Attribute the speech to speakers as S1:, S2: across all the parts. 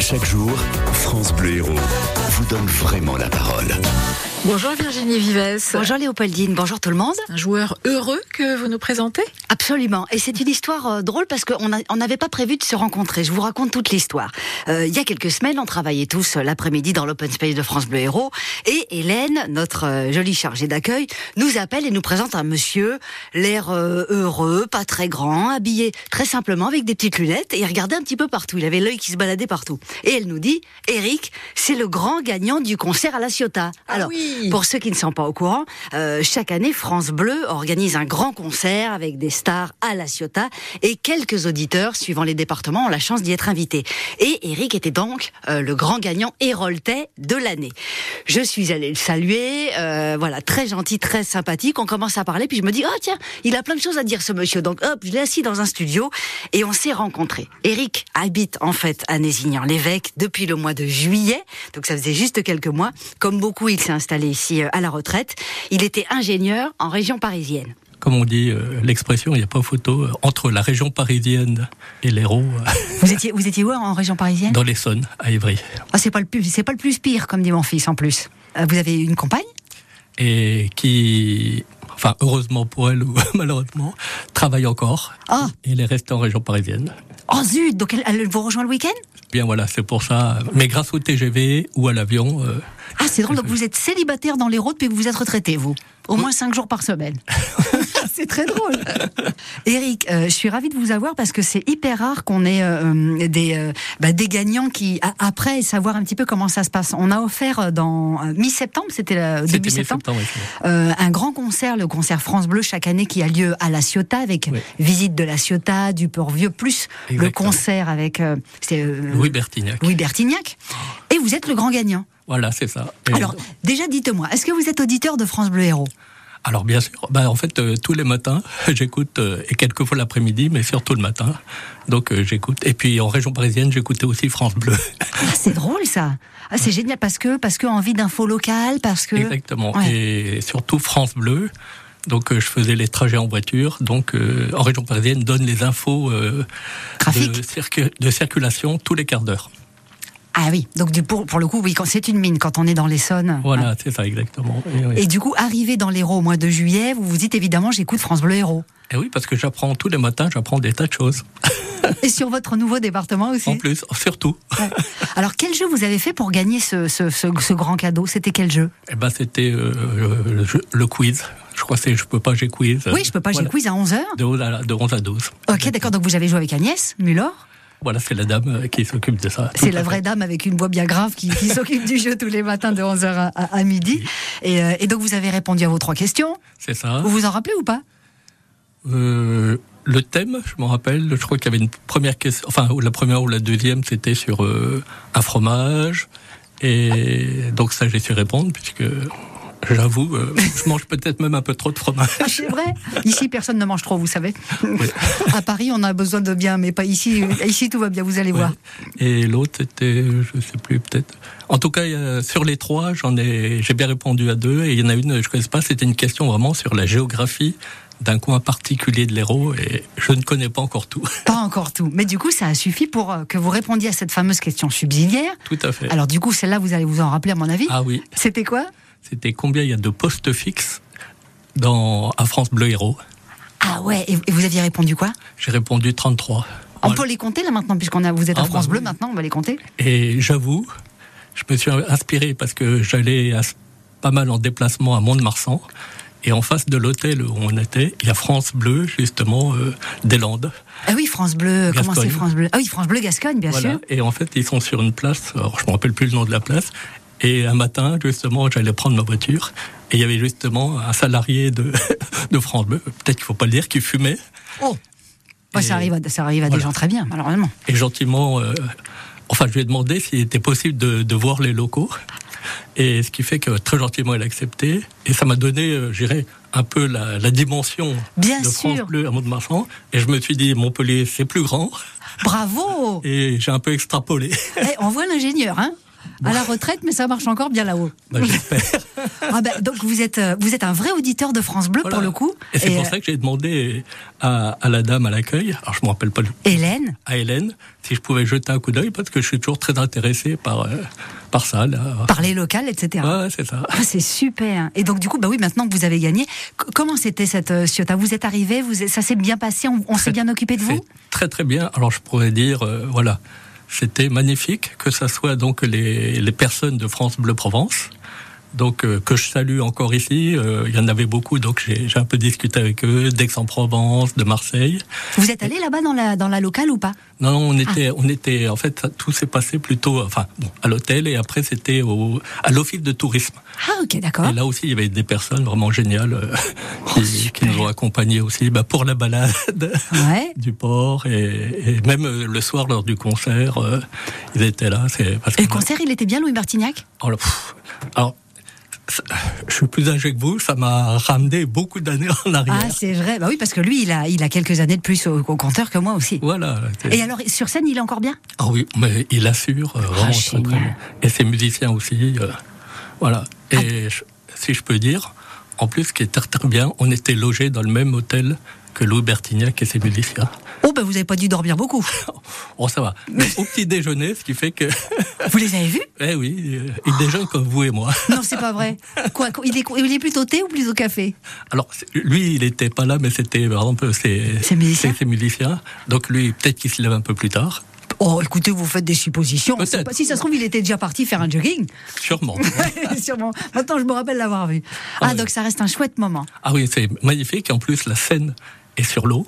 S1: Chaque jour, France Bleu Héros vous donne vraiment la parole.
S2: Bonjour Virginie Vives.
S3: Bonjour Léopoldine, bonjour tout le monde.
S2: Un joueur heureux que vous nous présentez
S3: Absolument. Et c'est une histoire euh, drôle parce qu'on a- on n'avait pas prévu de se rencontrer. Je vous raconte toute l'histoire. Euh, il y a quelques semaines, on travaillait tous euh, l'après-midi dans l'open space de France Bleu Héros. Et Hélène, notre euh, jolie chargée d'accueil, nous appelle et nous présente un monsieur, l'air euh, heureux, pas très grand, habillé très simplement avec des petites lunettes. Et il regardait un petit peu partout. Il avait l'œil qui se baladait partout. Et elle nous dit, Eric, c'est le grand gagnant du concert à la Ciotat.
S2: Ah oui.
S3: Pour ceux qui ne sont pas au courant, euh, chaque année, France Bleu organise un grand concert avec des stars à la Ciotat et quelques auditeurs, suivant les départements, ont la chance d'y être invités. Et Eric était donc euh, le grand gagnant héroltais de l'année. Je suis allée le saluer, euh, voilà, très gentil, très sympathique. On commence à parler, puis je me dis, oh tiens, il a plein de choses à dire ce monsieur. Donc hop, je l'ai assis dans un studio et on s'est rencontrés. Eric habite en fait à Nézignan-l'Évêque depuis le mois de juillet, donc ça faisait juste quelques mois. Comme beaucoup, il s'est installé ici euh, à la retraite. Il était ingénieur en région parisienne.
S4: Comme on dit, euh, l'expression, il n'y a pas photo, euh, entre la région parisienne et l'Hérault, euh,
S3: Vous étiez, vous étiez où hein, en région parisienne
S4: dans l'Essonne, à Évry.
S3: Ah, C'est pas le plus, c'est pas le plus pire, comme dit mon fils en plus. Euh, vous avez une compagne
S4: Et qui, enfin, heureusement pour elle ou malheureusement, travaille encore.
S3: Ah.
S4: Et elle est restée en région parisienne.
S3: Oh zut Donc elle, elle vous rejoint le week-end
S4: Bien voilà, c'est pour ça. Mais grâce au TGV ou à l'avion, euh,
S3: Ah, c'est drôle. Donc vous êtes célibataire dans les routes depuis que vous êtes retraité, vous. Au moins cinq jours par semaine. c'est très drôle. Eric, euh, je suis ravie de vous avoir parce que c'est hyper rare qu'on ait euh, des, euh, bah, des gagnants qui, a- après, savoir un petit peu comment ça se passe. On a offert euh, dans euh, mi-septembre, c'était le début
S4: c'était
S3: septembre,
S4: mi-septembre. effectivement.
S3: euh, un grand concert, le concert France Bleu chaque année qui a lieu à La Ciotat avec
S4: Oui.
S3: visite de La Ciotat, du Port-Vieux, plus le
S4: Exactement.
S3: concert avec euh, c'est, euh,
S4: Louis Bertignac.
S3: Louis Bertignac. Et vous êtes le grand gagnant.
S4: Voilà, c'est ça. Et
S3: Alors, déjà, dites-moi, est-ce que vous êtes auditeur de France Bleu Héros
S4: Alors bien sûr, bah, en fait euh, tous les matins j'écoute euh, et quelquefois l'après-midi, mais surtout le matin. Donc euh, j'écoute. Et puis en région parisienne j'écoutais aussi France Bleu.
S3: Ah, c'est drôle ça ah, C'est génial parce que, parce que envie d'infos locales, parce que.
S4: Exactement.
S3: Ouais.
S4: Et surtout France Bleu. Donc euh, je faisais les trajets en voiture. Donc euh, en région parisienne donne les infos euh,
S3: Trafic.
S4: de, circu- de circulation tous les quarts d'heure.
S3: Ah oui, donc du, pour, pour le coup, oui, quand- c'est une mine quand on est dans l'Essonne.
S4: Voilà, c'est ça exactement. Et, oui.
S3: Et du coup, arrivé dans l'Hérault au mois de juillet, vous vous dites évidemment, j'écoute France Bleu Hérault.
S4: Et oui, parce que j'apprends tous les matins, j'apprends des tas de choses.
S3: Et sur votre nouveau département
S4: En
S3: aussi.
S4: plus, surtout.
S3: Ouais. Alors, quel jeu vous avez fait pour gagner ce, ce- ce- ce grand cadeau C'était quel jeu
S4: Eh ben c'était euh, le- le, le quiz. Je crois que c'est je peux pas j'ai quiz.
S3: Oui, je peux pas, j'ai
S4: Euh,
S3: le
S4: Voilà.
S3: quiz à 11h.
S4: De 11 à, de 11 à 12.
S3: Ok, d'accord, donc vous avez joué avec Agnès Muller
S4: Voilà, c'est la dame euh, qui s'occupe de ça.
S3: C'est la vraie dame avec une voix bien grave qui, qui s'occupe du jeu tous les matins de 11h à, à- à midi. Et, euh, et donc vous avez répondu à vos trois questions.
S4: C'est ça.
S3: Vous vous en rappelez ou pas
S4: Euh, le thème, je m'en rappelle, je crois qu'il y avait une première question, enfin, ou la première ou la deuxième, c'était sur euh, un fromage. Et donc ça, j'ai su répondre, puisque j'avoue, euh, je mange peut-être même un peu trop de fromage.
S3: Ah, c'est vrai. Ici, personne ne mange trop, vous savez.
S4: Oui.
S3: À Paris, on a besoin de bien, mais pas ici. Ici, tout va bien, vous allez
S4: Ouais.
S3: voir.
S4: Et l'autre, c'était, je sais plus, peut-être. En tout cas, euh, sur les trois, j'en ai, j'ai bien répondu à deux. Et il y en a une, je ne connais pas, c'était une question vraiment sur la géographie d'un coin particulier de l'Hérault. Et je ne connais pas encore tout.
S3: Pas encore tout. Mais du coup, ça a suffi pour euh, que vous répondiez à cette fameuse question subsidiaire.
S4: Tout à fait.
S3: Alors du coup, celle-là, vous allez vous en rappeler, à mon avis.
S4: ah oui,
S3: C'était quoi
S4: c'était combien il y a de postes fixes dans, à France Bleu Hérault
S3: Ah ouais, et et vous aviez répondu quoi
S4: J'ai répondu 33.
S3: On peut les compter là maintenant, puisqu'on a, vous êtes à
S4: Ah, bah
S3: France Bleu
S4: oui.
S3: maintenant, on va les compter.
S4: Et j'avoue, je me suis inspiré parce que j'allais as- pas mal en déplacement à Mont-de-Marsan. Et en face de l'hôtel où on était, il y a France Bleu, justement, euh, des Landes.
S3: Ah oui, France Bleu, comment c'est
S4: Gascogne.
S3: France Bleu Ah oui, France Bleu Gascogne, bien
S4: Voilà.
S3: sûr.
S4: Et en fait, ils sont sur une place, alors je ne me rappelle plus le nom de la place. Et un matin, justement, j'allais prendre ma voiture. Et il y avait justement un salarié de, de France Bleu, peut-être qu'il ne faut pas le dire, qui fumait.
S3: Oh Bah,
S4: Et-
S3: ça arrive, à, ça arrive à des
S4: Voilà.
S3: gens très bien, alors vraiment.
S4: Et gentiment, euh, enfin, je lui ai demandé s'il était possible de, de voir les locaux. Et ce qui fait que très gentiment, elle a accepté. Et ça m'a donné, euh, je dirais, un peu la, la dimension
S3: Bien
S4: de France
S3: sûr.
S4: Bleu à Mont-de-Marsan. Et je me suis dit, Montpellier, c'est plus grand.
S3: Bravo
S4: Et j'ai un peu extrapolé.
S3: Eh, On voit l'ingénieur, hein à la retraite, mais ça marche encore bien là-haut.
S4: Bah, J'espère.
S3: Ah ben, donc vous êtes, euh, vous êtes un vrai auditeur de France Bleu
S4: Voilà.
S3: pour le coup.
S4: Et c'est pour
S3: euh,
S4: ça que j'ai demandé à, à la dame à l'accueil, alors je ne me rappelle pas, le-
S3: Hélène,
S4: à Hélène, si je pouvais jeter un coup d'œil, parce que je suis toujours très intéressé par, euh, par ça. Là.
S3: parler local, etc.
S4: Ouais, c'est ça.
S3: Ah, c'est super. Et donc du coup, bah oui, maintenant que vous avez gagné, c- comment c'était cette euh, Ciotat Vous êtes arrivé, vous, êtes- ça s'est bien passé, on, on s'est bien occupé de vous.
S4: C'est très très bien. Alors je pourrais dire, euh, voilà, c'était magnifique que ça soit donc les, les personnes de France Bleu Provence. Donc euh, que je salue encore ici, Euh, il y en avait beaucoup, donc j'ai j'ai un peu discuté avec eux d'Aix-en-Provence, de Marseille.
S3: Vous êtes allé là-bas dans la dans la locale ou pas
S4: Non, non, on
S3: Ah.
S4: était, on était, en fait, ça- tout s'est passé plutôt, enfin, bon, à l'hôtel et après c'était au, à l'office de tourisme.
S3: Ah Oh, ok, d'accord.
S4: Et là aussi, il y avait des personnes vraiment géniales euh, qui, qui nous ont accompagnés aussi, bah, pour la balade.
S3: Ouais.
S4: du port et, et même euh, le soir lors du concert, euh, ils étaient là. C'est parce
S3: Et
S4: que
S3: le concert, il était bien, Louis Martignac
S4: Oh là, pff. alors, ça- je suis plus âgé que vous, ça m'a ramené beaucoup d'années en arrière.
S3: Ah, c'est vrai. Bah oui, parce que lui, il a, il a quelques années de plus au, au compteur que moi aussi.
S4: voilà. c'est-
S3: Et alors, sur scène, il est encore bien
S4: Ah oui, mais il assure euh, vraiment très, très
S3: Ah, génial.
S4: bien. Et ses musiciens aussi, euh, voilà.
S3: Ah.
S4: Et je- si je peux dire, en plus, ce qui est très très bien, on était logés dans le même hôtel que Louis Bertignac et ses musiciens.
S3: Oh, bah vous avez pas dû dormir beaucoup.
S4: Oh, ça va. Mais au petit déjeuner, ce qui fait que,
S3: Vous les avez vus
S4: eh oui, euh, ils déjeunent comme vous et moi.
S3: Non, c'est pas vrai. Quoi, quoi, il, est, il est plutôt thé ou plutôt café
S4: Alors, c'est- lui, il n'était pas là, mais c'était par exemple ses,
S3: Ses musiciens
S4: ses- ses musiciens. Donc, lui, peut-être qu'il se lève un peu plus tard.
S3: Oh, écoutez, vous faites des suppositions.
S4: Peut-être.
S3: C'est pas- Si ça se trouve, il était déjà parti faire un jogging.
S4: Sûrement.
S3: Sûrement. Maintenant, je me rappelle l'avoir vu. Ah,
S4: oui.
S3: donc ça reste un chouette moment.
S4: ah oui, c'est magnifique. En plus, la scène est sur l'eau,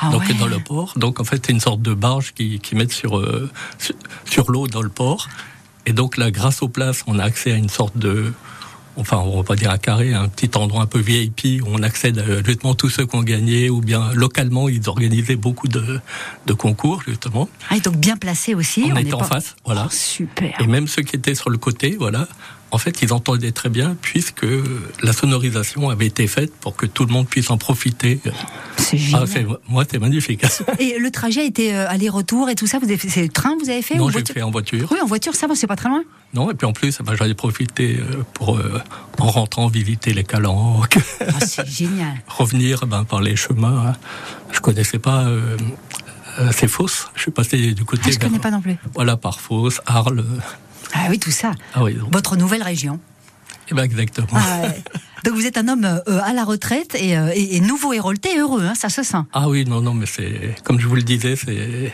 S3: Ah
S4: donc
S3: ouais.
S4: dans le port. Donc, en fait, c'est une sorte de barge qui, qui mettent sur, euh, sur, sur l'eau dans le port. Et donc, là, grâce aux places, on a accès à une sorte de. Enfin, on va pas dire un carré, un petit endroit un peu VIP où on accède à euh, justement tous ceux qui ont gagné, ou bien localement, ils organisaient beaucoup de, de concours, justement.
S3: Ah, et donc bien placé aussi.
S4: on,
S3: est
S4: était en
S3: pas-
S4: face, voilà.
S3: Oh, super.
S4: Et même ceux qui étaient sur le côté, voilà, en fait, ils entendaient très bien puisque la sonorisation avait été faite pour que tout le monde puisse en profiter.
S3: C'est
S4: Ah,
S3: génial.
S4: c'est, moi, c'est magnifique.
S3: et le trajet était euh, aller-retour et tout ça. Vous avez fait- c'est le train vous avez fait
S4: non,
S3: ou
S4: j'ai
S3: voiture
S4: fait en voiture.
S3: Oui, en voiture, ça va, c'est pas très loin.
S4: Non, et puis en plus, bah, j'en ai profité euh, pour, euh, en rentrant, visiter les calanques,
S3: Ah, c'est génial.
S4: revenir ben, par les chemins. hein. Je connaissais pas euh, euh, ces fosses. Je suis passé du côté.
S3: Ah, je
S4: vers-
S3: connais pas non plus.
S4: Voilà, par Fos, Arles.
S3: Ah oui, tout ça.
S4: Ah oui, donc,
S3: Votre nouvelle région.
S4: eh ben, exactement.
S3: Ah, ouais. donc vous êtes un homme euh, à la retraite et, euh, et- et nouveau hérolté, heureux, hein, ça se sent.
S4: Ah oui, non, non, mais c'est comme je vous le disais, c'est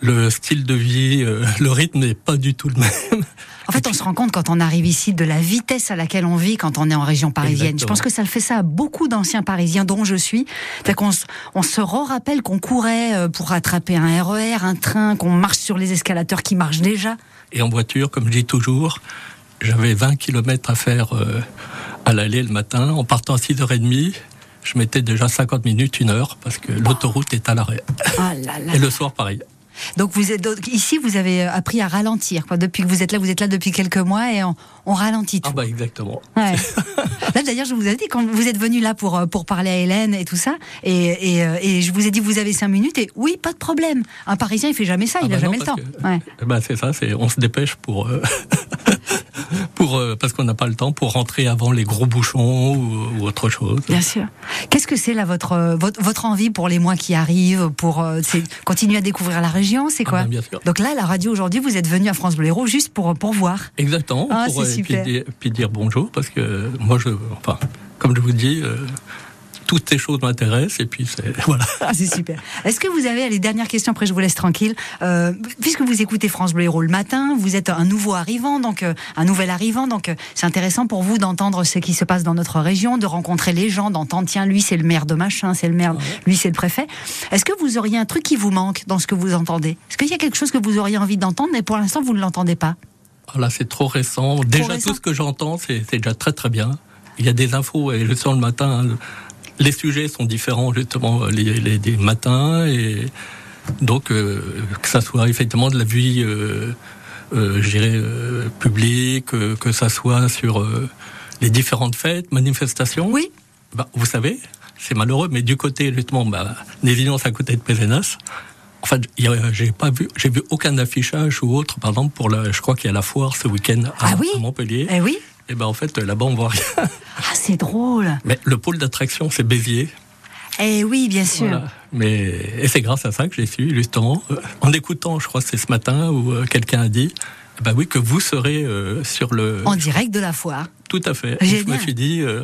S4: le style de vie, euh, le rythme n'est pas du tout le même.
S3: En fait, on se rend compte quand on arrive ici de la vitesse à laquelle on vit quand on est en région parisienne. Je
S4: Exactement.
S3: pense que ça le fait ça à beaucoup d'anciens parisiens dont je suis. C'est qu'on se, on se rappelle qu'on courait euh, pour attraper un RER, un train, qu'on marche sur les escalateurs qui marchent déjà.
S4: Et en voiture, comme je dis toujours, j'avais 20 km à faire euh, à l'aller le matin. En partant à 6h30, je mettais déjà 50 minutes, une heure, parce que l'autoroute est à l'arrêt.
S3: Ah là là.
S4: Et le soir, pareil.
S3: Donc vous êtes donc, ici, vous avez euh, appris à ralentir. Quoi. Depuis que vous êtes là, vous êtes là depuis quelques mois et on, on ralentit tout.
S4: Ah bah exactement.
S3: Ouais. Là d'ailleurs, je vous ai dit quand vous êtes venu là pour euh, pour parler à Hélène et tout ça, et, et, euh, et je vous ai dit vous avez cinq minutes et oui, pas de problème. Un Parisien il fait jamais ça,
S4: Ah
S3: il
S4: bah
S3: a jamais
S4: non,
S3: le temps.
S4: parce que-
S3: Ouais.
S4: Eh ben, c'est ça, c'est on se dépêche pour euh, pour euh, parce qu'on n'a pas le temps pour rentrer avant les gros bouchons ou, ou autre chose.
S3: Bien sûr. Qu'est-ce que c'est là votre, euh, votre votre envie pour les mois qui arrivent pour euh, c'est continuer à découvrir la région, c'est
S4: Ah
S3: quoi
S4: ben, bien sûr.
S3: Donc là, la radio aujourd'hui, vous êtes venu à France Bleu Héros juste pour euh, pour voir.
S4: Exactement.
S3: Ah,
S4: pour,
S3: c'est
S4: euh, puis,
S3: super.
S4: dire, puis dire bonjour, parce que moi, je, enfin, comme je vous dis, euh, toutes ces choses m'intéressent, et puis c'est, voilà.
S3: Ah, c'est super. Est-ce que vous avez les dernières questions après je vous laisse tranquille euh, puisque vous écoutez France Bleu Héros le matin, vous êtes un nouveau arrivant donc euh, un nouvel arrivant donc euh, c'est intéressant pour vous d'entendre ce qui se passe dans notre région, de rencontrer les gens, d'entendre tiens lui c'est le maire de machin, c'est le maire, lui c'est le préfet. Est-ce que vous auriez un truc qui vous manque dans ce que vous entendez Est-ce qu'il y a quelque chose que vous auriez envie d'entendre mais pour l'instant vous ne l'entendez pas
S4: Ah Là, c'est trop récent. déjà,
S3: récent.
S4: tout ce que j'entends, c'est c'est déjà très, très bien. Il y a des infos, et je sens le matin, hein, le- les sujets sont différents, justement, les, les, les matins, et donc, euh, que ça soit effectivement de la vie, euh, euh, je dirais, euh, publique, euh, que ça soit sur euh, les différentes fêtes, manifestations.
S3: Oui.
S4: Bah, vous savez, c'est malheureux, mais du côté, justement, bah, des Vignon, c'est à côté de Pézenas, Enfin, il y a- j'ai pas vu, j'ai vu aucun affichage ou autre, par exemple, pour la, je crois qu'il y a la foire ce week-end à,
S3: Ah oui
S4: à Montpellier.
S3: Eh oui
S4: Et ben en fait, là-bas, on voit rien.
S3: Ah, c'est drôle
S4: Mais le pôle d'attraction, c'est Béziers.
S3: Eh oui, bien sûr
S4: Voilà. Mais et c'est grâce à ça que j'ai su justement euh, en écoutant, je crois que c'est ce matin où euh, quelqu'un a dit bah oui que vous serez euh, sur le
S3: En direct de la foire.
S4: tout à fait.
S3: Génial.
S4: Je me suis dit euh,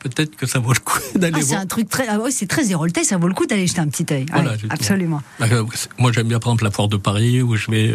S4: peut-être que ça vaut le coup d'aller
S3: Ah, c'est
S4: voir.
S3: un truc très. Ah, oui, c'est très hérolté, ça vaut le coup d'aller jeter un petit œil. Ah
S4: Voilà,
S3: oui,
S4: justement.
S3: absolument.
S4: Bah, euh, Moi j'aime bien par exemple la foire de Paris où je vais